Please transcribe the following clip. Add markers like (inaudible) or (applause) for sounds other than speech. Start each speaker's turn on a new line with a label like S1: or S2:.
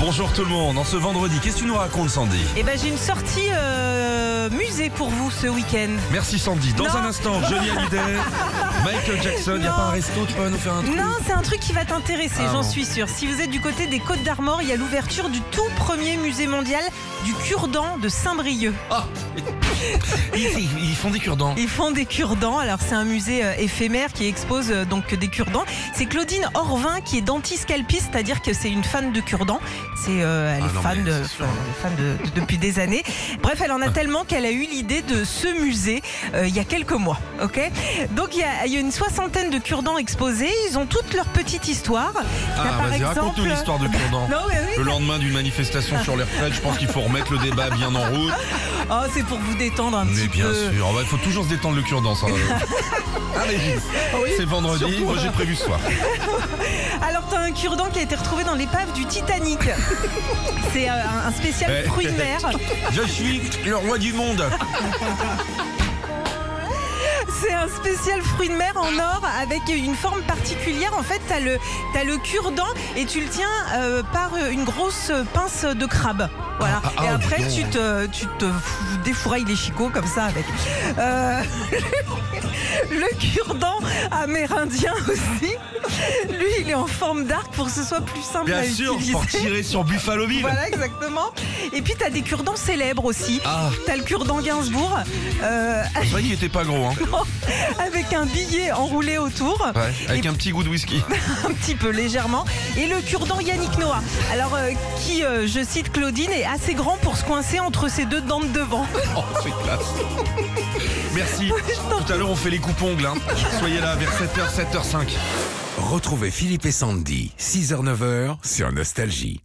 S1: Bonjour tout le monde, en ce vendredi, qu'est-ce que tu nous racontes Sandy
S2: Eh ben j'ai une sortie euh, musée pour vous ce week-end.
S1: Merci Sandy, dans
S2: Non.
S1: un instant, Johnny
S2: (laughs)
S1: Hallyday, Michael Jackson, y a
S2: Non.
S1: pas un resto, tu peux nous faire un truc
S2: Non, c'est un truc qui va t'intéresser,
S1: Ah
S2: j'en
S1: bon.
S2: suis sûre. Si vous êtes du côté des Côtes d'Armor, il y a l'ouverture du tout premier musée mondial du cure-dent de Saint-Brieuc.
S1: Ah ils, ils font des cure-dents.
S2: Ils font des cure-dents. Alors c'est un musée euh, éphémère qui expose euh, donc des cure-dents. C'est Claudine Orvin qui est dentiscalpiste, c'est-à-dire que c'est une fan de cure-dents. C'est euh, elle
S1: Ah
S2: est
S1: non,
S2: fan
S1: mais
S2: de,
S1: c'est sûr. Ah.
S2: enfin, elle est fan de- de- depuis des années. Bref, elle en a tellement qu'elle a eu l'idée de ce musée euh, il y a quelques mois. Ok. Donc il y, a, il y a une soixantaine de cure-dents exposés. Ils ont toutes leur petite histoire. Il y a,
S1: Ah vas-y, raconte-nous l'histoire de cure-dents.
S2: Non mais oui.
S1: Le lendemain d'une manifestation sur les retraites, je pense qu'il faut remettre le débat bien en route.
S2: Oh, c'est pour vous détendre un
S1: Euh. Mais
S2: petit
S1: bien
S2: peu.
S1: sûr, Ah bah, il faut toujours se détendre le cure-dent.
S2: (laughs)
S1: ça. Allez, c'est vendredi,
S2: surtout. hein.
S1: moi j'ai prévu ce soir.
S2: Alors t'as un cure-dent qui a été retrouvé dans l'épave du Titanic. C'est euh, un spécial
S1: Eh.
S2: fruits
S1: (laughs)
S2: de mer.
S1: Je suis le roi du monde.
S2: Ah, C'est un spécial fruit de mer en or avec une forme particulière. En fait, t'as le t'as le cure-dent et tu le tiens euh, par une grosse pince de crabe. Voilà.
S1: Ah, ah,
S2: et
S1: ah,
S2: après,
S1: dis
S2: tu
S1: donc.
S2: te, tu te fou- défourailles les chicots comme ça avec. Euh, (laughs) le cure-dent amérindien aussi. Lui, il est en forme d'arc pour que ce soit plus simple
S1: Bien
S2: à bah, utiliser.
S1: sûr, pour tirer sur Buffalo Bill.
S2: (laughs) Voilà, exactement. Et puis, t'as des cure-dents célèbres aussi.
S1: Ah,
S2: T'as le cure-dent Gainsbourg euh, (laughs)
S1: c'est vrai qu'il était pas gros, hein.
S2: avec un billet enroulé autour,
S1: Ouais, avec un petit goût de whisky.
S2: un petit peu légèrement, et le cure-dent Yannick Noah. Alors, euh, qui, euh, je cite Claudine, est assez grand pour se coincer entre ses deux dents de devant.
S1: Oh, c'est classe. Merci. Tout à l'heure, on fait les coupons-ongles. Hein. Soyez là vers 7h, 7h05.
S3: Retrouvez Philippe et Sandy, 6h-9h sur Nostalgie.